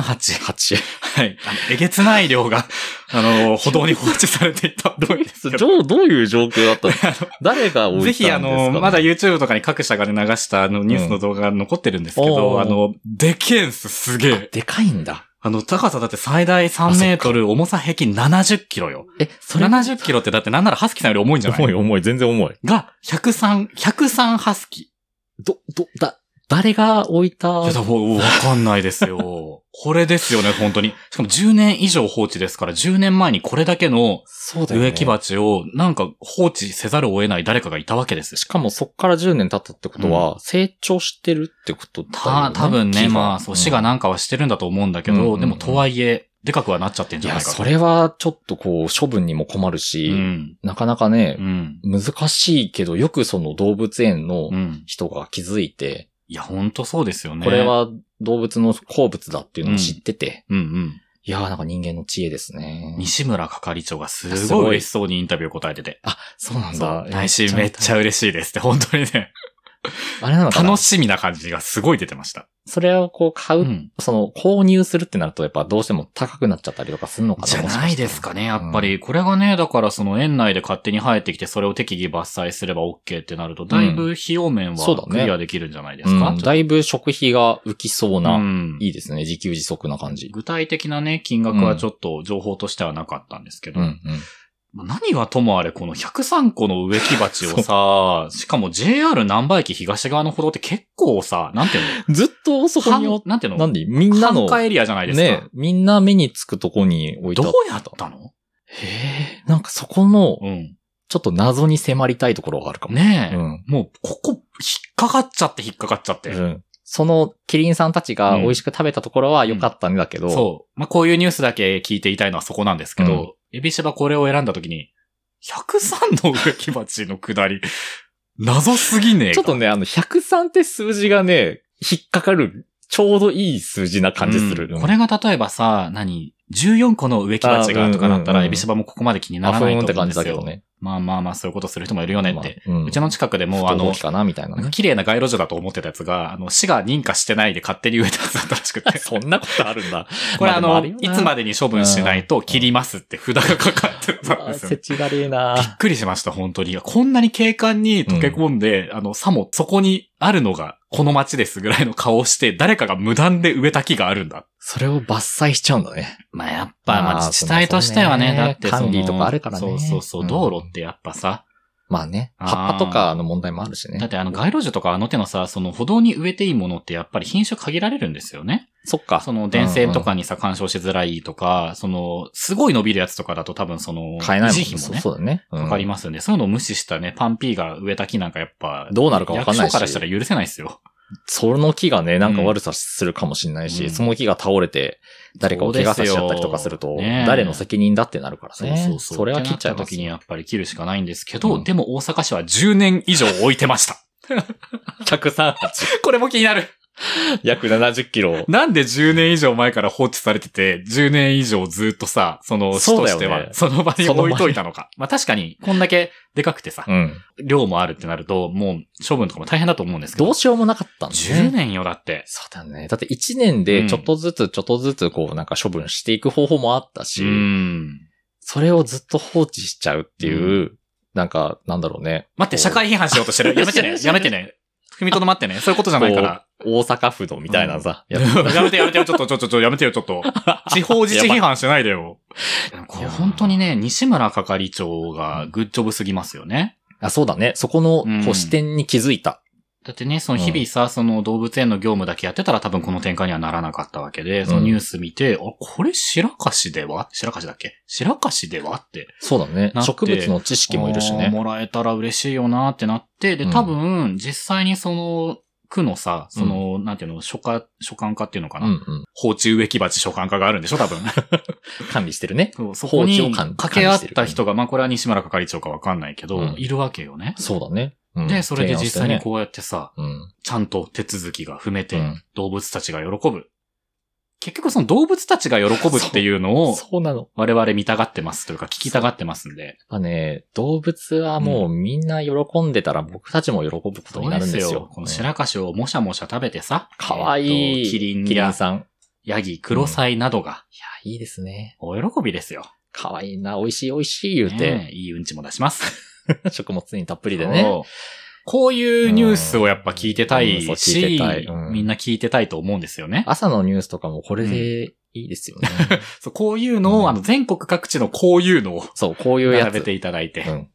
Speaker 1: 103 鉢。
Speaker 2: [laughs] 鉢。
Speaker 1: はい。あのえげつない量が、あの、歩道に放置されてい
Speaker 2: [laughs]
Speaker 1: た
Speaker 2: どういう
Speaker 1: けど
Speaker 2: どうどういう状況だったの [laughs] 誰が置いたん
Speaker 1: ぜ
Speaker 2: ですか
Speaker 1: ひ、
Speaker 2: ね、
Speaker 1: あの、まだ YouTube とかに各社がね、流したあのニュースの動画が残ってるんですけど、
Speaker 2: おー
Speaker 1: あの、でけえんす、すげえ。
Speaker 2: でかいんだ。
Speaker 1: あの、高さだって最大3メートル、重さ平均70キロよ。
Speaker 2: え、それ
Speaker 1: 70キロってだってなんならハスキさんより重いんじゃない
Speaker 2: 重い重い、全然重い。
Speaker 1: が、103、103ハスキ。
Speaker 2: ど、ど、だ、誰が置いた
Speaker 1: いや、だもうわかんないです [laughs] よ。これですよね、本当に。しかも10年以上放置ですから、10年前にこれだけの
Speaker 2: そうだよね。
Speaker 1: 植木鉢をなんか放置せざるを得ない誰かがいたわけです
Speaker 2: しかもそっから10年経ったってことは、成長してるってことだよ
Speaker 1: た、多分ね、
Speaker 2: 木が
Speaker 1: まあ、そう、死がなんかはしてるんだと思うんだけ
Speaker 2: うんうん
Speaker 1: ど、
Speaker 2: うん
Speaker 1: でもとはいえ、でかくはなっちゃってん
Speaker 2: い
Speaker 1: じゃな
Speaker 2: や、
Speaker 1: いかと
Speaker 2: それはちょっとこう、処分にも困るし、
Speaker 1: うん。
Speaker 2: なかなかね
Speaker 1: う、ん。
Speaker 2: 難しいけど、よくその動物園の
Speaker 1: うん。
Speaker 2: 人が気づいて、
Speaker 1: いや、ほんとそうですよね。
Speaker 2: これ、は動物の好物だっていうのを知ってて、
Speaker 1: うんうん。
Speaker 2: いやーなんか人間の知恵ですね。
Speaker 1: 西村係長がす
Speaker 2: す
Speaker 1: ご
Speaker 2: ごい
Speaker 1: い嬉しそうにインタビュー答えてて。
Speaker 2: あ、そうなん
Speaker 1: そ
Speaker 2: だ
Speaker 1: う。。内心めっちゃ嬉しいですって、本当にね、
Speaker 2: あれなのかな
Speaker 1: 楽しみな感じがすごい出てました。
Speaker 2: それをこう買う、
Speaker 1: うん。
Speaker 2: その購入するってなるとやっぱどうしても高くなっちゃったりとかするのかな
Speaker 1: じゃないですかね、やっぱ。
Speaker 2: もしかしたら
Speaker 1: り。これがね、だからその園内で勝手に生えてきて、それを適宜伐採すれば OK ってなると、だいぶ費用面
Speaker 2: そうだ
Speaker 1: は
Speaker 2: ね
Speaker 1: クリアできるんじゃないですか、
Speaker 2: うんだいぶ食費が浮きそうな、
Speaker 1: うん
Speaker 2: いいですね。自給自足な感じ。
Speaker 1: 具体的なね、金額はちょっと情報としてはなかったんですけど、
Speaker 2: うんうん。
Speaker 1: まあ何はともあれ、この103個の植木鉢をさ、しかも JR 南波駅東側の歩道って結構さ、なんていうの
Speaker 2: ずっと [laughs] そこに
Speaker 1: 半
Speaker 2: お、
Speaker 1: なんていう
Speaker 2: な
Speaker 1: の
Speaker 2: んでみんなの
Speaker 1: 繁、華エリアじゃないですか。
Speaker 2: ね、みんな目につくとこに置いて
Speaker 1: ど
Speaker 2: あ
Speaker 1: うやったの
Speaker 2: へえ、なんかそこの、
Speaker 1: うん。
Speaker 2: ちょっと謎に迫りたいところがあるかも。。
Speaker 1: ねえ、
Speaker 2: うん。
Speaker 1: もう、ここ、引っかかっちゃって引っかかっちゃって。
Speaker 2: うん。その、キリンさんたちが美味しく食べたところは良かったんだけど、
Speaker 1: そう。まあ、こういうニュースだけ聞いていたいのはそこなんですけど、
Speaker 2: う
Speaker 1: エビシバこれを選んだときに、103の植木鉢の下り、 [laughs] 謎すぎねえか
Speaker 2: ちょっとね、あの、103って数字がね、引っかかる、ちょうどいい数字な感じする。
Speaker 1: うんこれが例えばさ、何 ?14 個の植木鉢がとかだった
Speaker 2: あーうんうんう
Speaker 1: ら、
Speaker 2: ん
Speaker 1: エビシバもここまで気になら
Speaker 2: あ、そう
Speaker 1: ないいうと
Speaker 2: って
Speaker 1: 思うんで
Speaker 2: 感じだ
Speaker 1: す
Speaker 2: け
Speaker 1: よ
Speaker 2: ど。ね。
Speaker 1: まあまあまあ、そういうことする人もいるよねって。
Speaker 2: まあうん
Speaker 1: うちの近くでも、
Speaker 2: もう
Speaker 1: あ
Speaker 2: あの、
Speaker 1: の、
Speaker 2: かなみたいなね。
Speaker 1: 綺麗な街路樹だと思ってたやつが、あの、市が認可してないで勝手に植えたやつだったらしくて。
Speaker 2: [laughs] そんなことあるんだ。
Speaker 1: [laughs] これあ
Speaker 2: まあ
Speaker 1: の、
Speaker 2: で
Speaker 1: い
Speaker 2: もあるよな
Speaker 1: つまでに処分しないと切りますって札がかかってたんですよね。
Speaker 2: ちがれえ
Speaker 1: び
Speaker 2: な
Speaker 1: っくりしました、本当に。こんなに景観に溶け込んで、あの、さもそこにあるのが、この街ですぐらいの顔をして、誰かが無断で植えた木があるんだ。
Speaker 2: それを伐採しちゃうんだね。
Speaker 1: まあ、やっ
Speaker 2: ぱ
Speaker 1: ぱ、
Speaker 2: まあ
Speaker 1: まあ、自治体としてはね、
Speaker 2: そうね
Speaker 1: だってその
Speaker 2: 管理とかあるからね
Speaker 1: そうそうそうう、
Speaker 2: ん
Speaker 1: 道路ってやっぱさ、
Speaker 2: まあね。
Speaker 1: あー
Speaker 2: 葉っぱとかの問題もあるし
Speaker 1: だっ
Speaker 2: ね。
Speaker 1: てあの、街路樹とかあの手のさ、その歩道に植えていいものってやっぱり品種限られるんですよね。
Speaker 2: そっか。
Speaker 1: その、電線とかにさ、干渉しづらいとか、その、すごい伸びるやつとかだと多分その、
Speaker 2: 買えないも
Speaker 1: 維
Speaker 2: んね。
Speaker 1: 持費も
Speaker 2: そう
Speaker 1: ね、
Speaker 2: そうだね。
Speaker 1: か
Speaker 2: わ
Speaker 1: かりますんで、そういうのを無視したね、パンピーが植えた木なんかやっぱ、
Speaker 2: どうなるかわかんない
Speaker 1: 役
Speaker 2: し。
Speaker 1: 所からしたら許せないですよ。
Speaker 2: その木がね、なんか悪さするかもしれないし、
Speaker 1: うん
Speaker 2: その木が倒れて、誰かを怪我させちゃったりとかすると、
Speaker 1: そうですよねえ
Speaker 2: 誰の責任だってなるからね。れは切っちゃい
Speaker 1: ってな
Speaker 2: ま
Speaker 1: った
Speaker 2: す
Speaker 1: 時に
Speaker 2: よ。
Speaker 1: やっぱり切るしかないんですけど、
Speaker 2: うん
Speaker 1: でも大阪市は10年以上置いてました。 [laughs]
Speaker 2: 103、
Speaker 1: これも気になる。
Speaker 2: 約70キロ。
Speaker 1: なんで10年以上前から放置されてて、10年以上ずっとさ、その、市
Speaker 2: そ
Speaker 1: と
Speaker 2: うだよ
Speaker 1: し
Speaker 2: ね
Speaker 1: ては、その場に
Speaker 2: その場
Speaker 1: 置
Speaker 2: に
Speaker 1: いといたのか。まあ確かに、こんだけでかくてさ、
Speaker 2: うん。
Speaker 1: 量もあるってなると、もう処分とかも大変だと思うんですけど。
Speaker 2: どうしようもなかったんだ
Speaker 1: 10
Speaker 2: ね。
Speaker 1: 年よ、だって。
Speaker 2: そうだね。だって1年でちょっとずつちょっとずつこうなんか処分していく方法もあった
Speaker 1: う
Speaker 2: し、
Speaker 1: ん。
Speaker 2: それをずっと放置しちゃうっていう、なんかなんだろうね。
Speaker 1: 待って、社会批判しようとしてる。やめてね、やめてね。踏みとどまってね。そういうことじゃないから。
Speaker 2: 大阪府のみたいなさ、やつ
Speaker 1: やめてやめてよ、ちょっと、ちょ、ちょ、ちょ、やめてよ、ちょっ [laughs] と。地方自治批判しないでよ。これ本当にね、西村係長がグッジョブすぎますよね。
Speaker 2: あそうだね。そこの
Speaker 1: うん
Speaker 2: こう視点に気づいた。
Speaker 1: だってね、その日々さ、その動物園の業務だけやってたら多分この展開にはならなかったわけで、そのニュース見て、あ、これ白樫では白樫だっけ白樫ではって。
Speaker 2: そうだね
Speaker 1: な。って
Speaker 2: 植物の知識もいるし
Speaker 1: あー
Speaker 2: ね。
Speaker 1: もらえたら嬉しいよなってなって、で、
Speaker 2: うん
Speaker 1: 多分、実際にその、区のさ、その、なんていうの、所管、所管課っていうのかな、
Speaker 2: うんうん。
Speaker 1: 放置植木鉢所管課があるんでしょ多分。
Speaker 2: 管理してるね。
Speaker 1: そうそこに
Speaker 2: 放置を管
Speaker 1: 掛け合った人が、まあこれは西村係長かわかんないけど、
Speaker 2: うん
Speaker 1: いるわけよね。
Speaker 2: そうだね。うん
Speaker 1: で、それで実際に
Speaker 2: 提案してね
Speaker 1: こうやってさ、
Speaker 2: うん。
Speaker 1: ちゃんと手続きが踏めて
Speaker 2: うん、
Speaker 1: 動物たちが喜ぶ。結局その動物たちが喜ぶっていうのを、
Speaker 2: そうなの。
Speaker 1: 我々見たがってますというか、聞きたがってますんで。
Speaker 2: まあね、動物はもうみんな喜んでたら僕たちも喜ぶことになるんですよ。
Speaker 1: この白樫をもしゃもしゃ食べてさ、
Speaker 2: かわい
Speaker 1: えっ
Speaker 2: い。
Speaker 1: とキリン
Speaker 2: キリン
Speaker 1: や
Speaker 2: さん。い
Speaker 1: ヤギ、クロサイなどが、
Speaker 2: や、いいですね。
Speaker 1: お喜びですよ。
Speaker 2: かわいいな、美味しい美味しい言うて、
Speaker 1: ねえいいうんちも出します。
Speaker 2: 食物にたっぷりでね。
Speaker 1: そう。こういうニュースをやっぱ聞いてたい
Speaker 2: うんうんそう聞い
Speaker 1: し、
Speaker 2: てたいうん
Speaker 1: みんな聞いてたいと思うんですよね。
Speaker 2: 朝のニュースとかもこれでいいです
Speaker 1: [laughs]
Speaker 2: よね。
Speaker 1: そうこういうのを、
Speaker 2: うん
Speaker 1: あの、全国各地のこういうのを
Speaker 2: そう、こういうや
Speaker 1: 並べ
Speaker 2: つ。
Speaker 1: ていただいて。
Speaker 2: う
Speaker 1: い
Speaker 2: ん。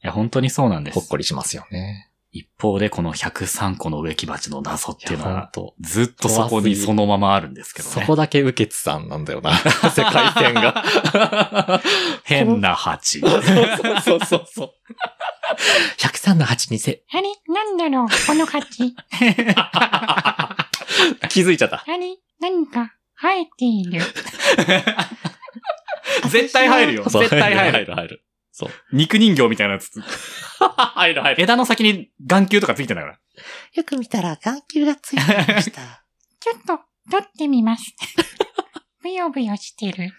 Speaker 1: や、本当にそうなんで
Speaker 2: ほっ
Speaker 1: す
Speaker 2: こ。りしますよね。
Speaker 1: 一方で、この103個の植木鉢の謎っていうの
Speaker 2: 本
Speaker 1: は、
Speaker 2: 当。
Speaker 1: ずっとそこにそのままあるんですけど
Speaker 2: そ
Speaker 1: ね。
Speaker 2: こだけウケツさんなんだよな。 [laughs] 世界線が。
Speaker 1: [laughs] 変な鉢。
Speaker 2: そうそうそうそう。103の8にせ。
Speaker 4: あれなんだろうこ
Speaker 2: [laughs]
Speaker 4: の鉢。
Speaker 2: 気づいちゃった。
Speaker 4: あれ何か生えている。
Speaker 1: 絶対入るよ。
Speaker 2: そう
Speaker 1: 絶対 [laughs] 入
Speaker 2: 入
Speaker 1: る。
Speaker 2: る、入る。そう。
Speaker 1: 肉人形みたいなや [laughs] つ。
Speaker 2: 入る、入る。
Speaker 1: 枝の先に眼球とかついてんだから。
Speaker 5: よく見たら眼球がついていました。
Speaker 4: ちょっと取って
Speaker 2: [laughs]
Speaker 4: みます。ぶよぶよしてる。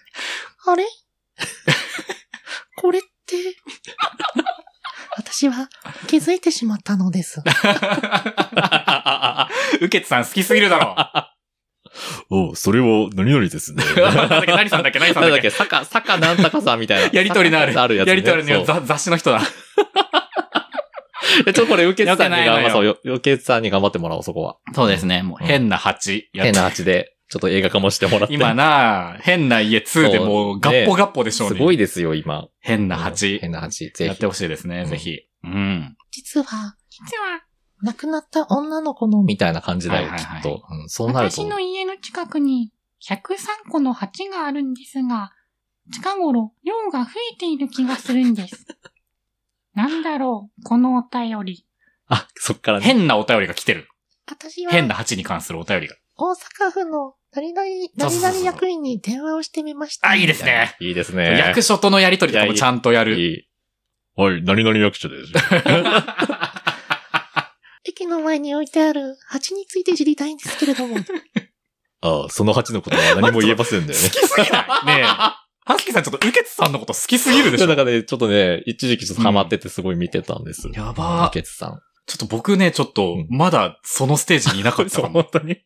Speaker 5: あれ [laughs] これって、私は気づいてしまったのです。
Speaker 1: ウケツさん好きすぎるだろ。
Speaker 2: おそれは何々ですね。
Speaker 1: なんだっけ何さんだっけ何さん
Speaker 2: [laughs] なん
Speaker 1: だ
Speaker 2: だ
Speaker 1: っ
Speaker 2: っ
Speaker 1: け
Speaker 2: け、坂、坂なんたかさんみたいな。
Speaker 1: [laughs] やりとりのある。
Speaker 2: 坂なんたかさんあるや
Speaker 1: や
Speaker 2: つね。
Speaker 1: りとりの
Speaker 2: そう
Speaker 1: ざ雑誌の人だ。
Speaker 2: いやちょっとこれ、ウケツさんに
Speaker 1: よくな
Speaker 2: 頑
Speaker 1: い
Speaker 2: 張
Speaker 1: のよ
Speaker 2: そうよ。ウケツさんに頑張ってもらおう、そこは。
Speaker 1: そうですね。もう変な蜂。やっ
Speaker 2: 変な8で、ちょっと映画化もしてもらって。
Speaker 1: 今なあ、変な家2でもうガッポガッポでしょう
Speaker 2: す
Speaker 1: ね。
Speaker 2: ごいですよ、今。
Speaker 1: 変な蜂。
Speaker 2: 変な8、ぜ
Speaker 1: やっ
Speaker 2: ひ
Speaker 1: て。ほしいですね、
Speaker 2: うん
Speaker 1: ぜひ。うん。
Speaker 5: 実は、
Speaker 4: 実は
Speaker 5: 亡くなった女の子の
Speaker 2: みたいな感じだよ、
Speaker 1: はいはいはい
Speaker 2: きっと。うんそうなると
Speaker 4: 私。の家の近くに103個の鉢があるんですが、近頃量が増えている気がする
Speaker 2: [laughs]
Speaker 4: んです。なんだろうこのお便り。
Speaker 2: あ、そっからね。
Speaker 1: 変なお便りが来てる。
Speaker 5: 私は
Speaker 1: 変な蜂に関するお便りが。
Speaker 5: 大阪府の何々、
Speaker 1: そうそう
Speaker 5: 何
Speaker 1: そう
Speaker 5: 々役員に電話をしてみました。
Speaker 1: あ、いいですね。
Speaker 2: いいですね。
Speaker 1: 役所とのやりとりとかもちゃんとやる。
Speaker 2: はい、何々役所です。
Speaker 5: 置いてある蜂について知りたいんですけれども。
Speaker 6: [laughs] ああ、その8のこと
Speaker 2: [laughs]
Speaker 6: は何も言えませんだよね
Speaker 1: 好。きすぎないねえ。ハスキーさんちょっとウケツさんのこと好きすぎるでし
Speaker 6: い
Speaker 1: ょ
Speaker 6: やなんかね、ちょっとね、一時期ちょっとハマっててすごい見てたんです。
Speaker 1: やばー
Speaker 6: ケツさん。
Speaker 1: ちょっと僕ね、ちょっと
Speaker 6: うん、
Speaker 1: まだそのステージにいなかった
Speaker 6: そう、
Speaker 1: かも
Speaker 6: 本。当に。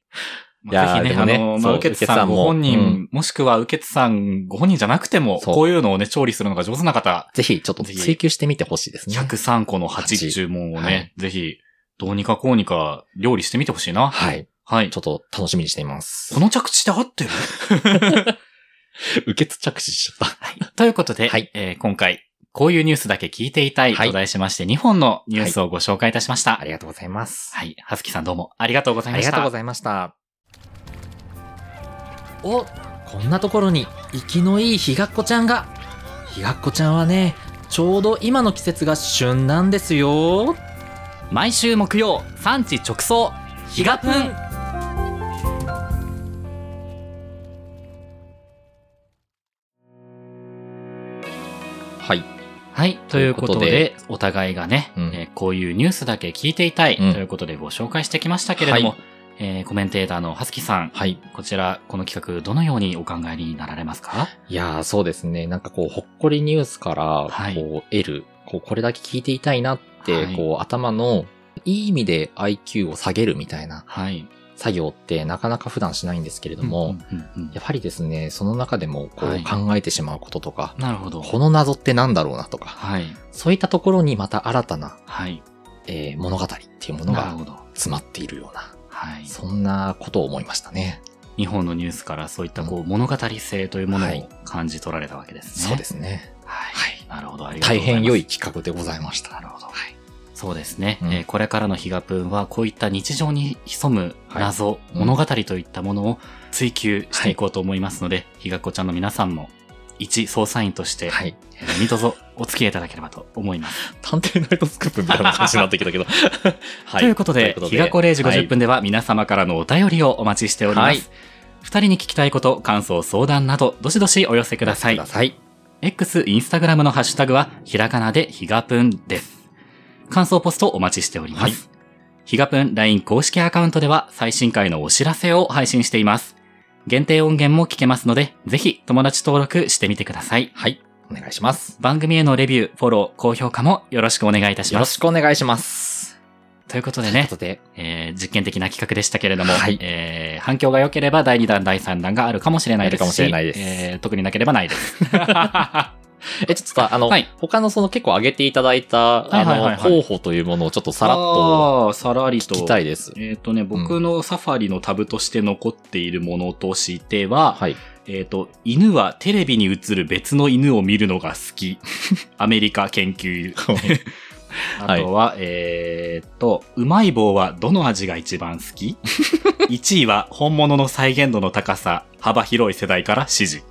Speaker 1: まあ
Speaker 6: いやー
Speaker 1: ぜ
Speaker 6: で
Speaker 1: ひね、
Speaker 6: も
Speaker 1: あ
Speaker 6: ね
Speaker 1: の、まあ、
Speaker 6: そう
Speaker 1: ウケ
Speaker 6: ウ
Speaker 1: ツ
Speaker 6: ケツ
Speaker 1: さ
Speaker 6: さ
Speaker 1: ん
Speaker 6: ん
Speaker 1: ご
Speaker 6: も
Speaker 1: 本人、
Speaker 6: うん
Speaker 1: もしくはウケツさんご本人じゃなくても、
Speaker 6: そう
Speaker 1: こういうのをね、調理するのが上手な方、
Speaker 2: ぜひ、ちょっと追求してみてほしいですね。
Speaker 1: 103個の8注文を
Speaker 2: は
Speaker 1: ね
Speaker 2: い、
Speaker 1: ぜひ、どうにかこうにか料理してみてほしいな。
Speaker 2: はい。
Speaker 1: はい
Speaker 2: ち。ょっと楽しみにしています
Speaker 1: こ。の着地で合ってる
Speaker 6: 受けつ着地しちゃった。
Speaker 1: ということで、
Speaker 2: はい
Speaker 1: えー今回、こういうニュースだけ聞いていたい
Speaker 2: はい
Speaker 1: と題しまして、2本のニュースをご紹介いたしました。
Speaker 2: あ
Speaker 1: はい。
Speaker 2: りがとうございます。
Speaker 1: はすきさんどうもありがとうござい
Speaker 2: あ
Speaker 1: ま
Speaker 2: り
Speaker 1: した。
Speaker 2: がとうございました。お、こんなところに生きのいいひがっこちゃんが。ひがっこちゃんはね、ちょうど今の季節が旬なんですよ。
Speaker 1: 毎週木曜、産地直送、ひがぷん
Speaker 2: はい。
Speaker 1: はい。ということ
Speaker 2: という
Speaker 1: で、お互いがね、
Speaker 2: うん
Speaker 1: えーこういうニュースだけ聞いていたいと
Speaker 2: うん
Speaker 1: いうことでご紹介してきましたけれども、
Speaker 2: はい
Speaker 1: えーコメンテーターのはすきさん、
Speaker 2: はい。
Speaker 1: こちら、この企画、どのようにお考えになられますか
Speaker 2: いやー、そうですね。なんかこう、ほっこりニュースから、
Speaker 1: はい
Speaker 2: こう、得る、こう、これだけ聞いていたいなって、
Speaker 1: はい
Speaker 2: こう、頭の、いい意味で IQ を下げるみたいな
Speaker 1: はい。
Speaker 2: 作業ってなかなか普段しないんですけれども、
Speaker 1: うんうんうんうん
Speaker 2: やはりですね、その中でもこ
Speaker 1: はいう
Speaker 2: 考えてしまうこととか、
Speaker 1: なるほど。
Speaker 2: この謎ってなんだろうなとか、
Speaker 1: はい。
Speaker 2: そういったところにまた新たな、
Speaker 1: はい。
Speaker 2: えー物語っていうもの
Speaker 1: なる
Speaker 2: が
Speaker 1: ほど。
Speaker 2: 詰まっているような、
Speaker 1: はい。
Speaker 2: そんなことを思いましたね。
Speaker 1: 日本のニュースからそういったこう物語性というもの
Speaker 2: は
Speaker 1: を
Speaker 2: い
Speaker 1: 感じ取られたわけですね。
Speaker 2: そうですね。
Speaker 1: はい。
Speaker 2: はい。
Speaker 1: なるほど。ありがとう
Speaker 2: 大
Speaker 1: ございます
Speaker 2: 変良い企画でございました。
Speaker 1: なるほど。そうですね、
Speaker 2: うん
Speaker 1: えーこれからのヒガプンはこういった日常に潜む謎、
Speaker 2: うん
Speaker 1: 物語といったものを追求していこうと思いますので、ひがっこちゃんの皆さんも一捜査員として、
Speaker 2: はい。
Speaker 1: えー何卒お付き合いいただければと思います。
Speaker 6: 探偵ナイトスクープみたいな感じになってきたけ
Speaker 1: [laughs]
Speaker 6: ど。は
Speaker 1: ということで、ひがこ0時50
Speaker 6: 分
Speaker 1: 分では皆様からのお便りをお待ちしておりま
Speaker 2: はい
Speaker 1: す。二人に聞きたいこと、感想、相談など、どしどしお寄せください
Speaker 2: くだ。さい。
Speaker 1: X、インスタグラムのハッシュタグは、ひらがなでひがぷんです。感想ポストお待ちしております。ひがぷん LINE 公式アカウントでは、最新回のお知らせを配信しています。限定音源も聞けますので、ぜひ友達登録してみてください。
Speaker 2: はい。お願いします。
Speaker 1: 番組へのレビュー、フォロー、高評価もよろしくお願いいたし
Speaker 2: よ
Speaker 1: ま
Speaker 2: ろ
Speaker 1: す。
Speaker 2: しくお願いします。
Speaker 1: ということで
Speaker 2: という
Speaker 1: ね
Speaker 2: こ、とで、
Speaker 1: えー実験的な企画でしたけれども、
Speaker 2: はい
Speaker 1: えー反響が良ければ第2弾、第3弾があるかもしれないですし、
Speaker 2: あるかもしれないです
Speaker 1: えー特になければないです。
Speaker 2: [laughs] え、ちょっとさ、あの、
Speaker 1: はい
Speaker 2: 他のその結構上げていただいた、
Speaker 1: はいはいはいはい
Speaker 2: あの、候補というものをちょっとさらっと
Speaker 1: あー、さらり
Speaker 2: 聞
Speaker 1: と。
Speaker 2: きたいです。
Speaker 1: えっ、とね、僕のサファリのタブとして残っているものとしては、
Speaker 2: はい。
Speaker 1: えっ、と、犬はテレビに映る別の犬を見るのが好き。 [laughs] アメリカ研究。あとは、えっ、と、うまい棒はどの味が一番好き [laughs] ?1 位は本物の再現度の高さ、幅広い世代から支持。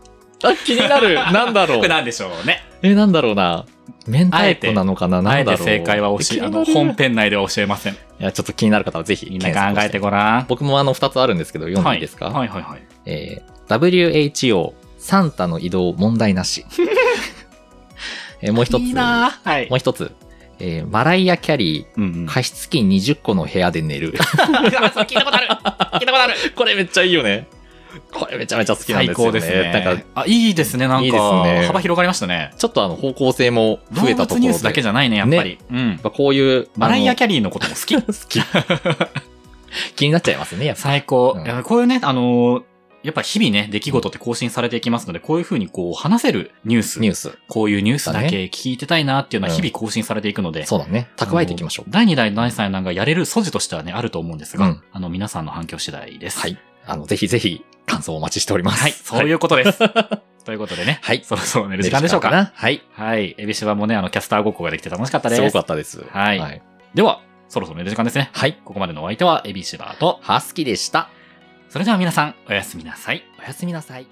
Speaker 2: あ、気に
Speaker 1: [laughs]
Speaker 2: なる。なんだろ
Speaker 1: こ
Speaker 2: う
Speaker 1: れ。なんでしょうね。
Speaker 2: え、なんだろうな。明太子なのかな
Speaker 1: あ
Speaker 2: な
Speaker 1: え
Speaker 2: んだ
Speaker 1: て
Speaker 2: ろう。
Speaker 1: 正解は教え、あの、本編内では教えません。
Speaker 2: いや、ちょっと気になる方はぜひ
Speaker 1: みん
Speaker 2: 検
Speaker 1: な
Speaker 2: 索し
Speaker 1: 考え
Speaker 2: て。
Speaker 1: てごらん。
Speaker 2: 僕もあの、二つあるんですけど、読んでいいですか、
Speaker 1: はいはいはいはい。
Speaker 2: えー WHO、サンタの移動問題
Speaker 1: [laughs]
Speaker 2: なし。えーもう一つ。
Speaker 1: いいなぁはい
Speaker 2: も。う一つ。えーマライア・キャリー、
Speaker 1: うんうん
Speaker 2: 加湿器20個の部屋で
Speaker 1: [laughs]
Speaker 2: 寝る。
Speaker 3: 聞いたことある聞いたことある
Speaker 2: これめっちゃいいよね。これめちゃめちゃ好きなんですよね。
Speaker 1: 最高ですね。
Speaker 2: なんか、
Speaker 1: あ、いいですね、なんか。
Speaker 2: いいですね
Speaker 1: 幅広がりましたね。
Speaker 2: ちょっとあの方向性も
Speaker 1: 動
Speaker 2: 増えた
Speaker 1: 物
Speaker 2: ところで。
Speaker 1: ニュースだけじゃないね、やっぱり。うん
Speaker 2: やっ。ぱこういう、
Speaker 1: マライア・
Speaker 2: キ
Speaker 1: キャリーのことも好き。
Speaker 2: [laughs] 好き。気になっちゃいますね、やっぱ。
Speaker 1: 最高。
Speaker 2: うん
Speaker 1: いやこういうね、あのーやっぱ日々ね、出来事って更新されていきますので、こういうふうにこう話せるニュース、
Speaker 2: ニュース。
Speaker 1: こういうニュースだけ聞いてたいなっていうのは日々更新されていくので、
Speaker 2: そうだね。蓄えていきましょ
Speaker 1: あ
Speaker 2: う
Speaker 1: の。第2代、第3弾がやれる素地としてはね、あると思うんですが、
Speaker 2: うん
Speaker 1: あの、皆さんの反響次第です。
Speaker 2: はい。あの、ぜひぜひ、感想をお待ちしております。
Speaker 1: はい、そういうこと
Speaker 2: [laughs]
Speaker 1: です。ということでね、
Speaker 2: はい
Speaker 1: [laughs] そろそろ寝る時間でしょうか。
Speaker 2: なはい。
Speaker 1: はい。エビシバもね、あの、キャスターごっこができて楽しかったですす。
Speaker 2: ごかったです。
Speaker 1: はい
Speaker 2: はい。
Speaker 1: では、そろそろ寝る時間ですね。
Speaker 2: はい。
Speaker 1: ここまでのお相手は、エビシバーと、
Speaker 2: ハスキーでした。
Speaker 1: それでは皆さん、おやすみなさい。
Speaker 2: おやすみなさい。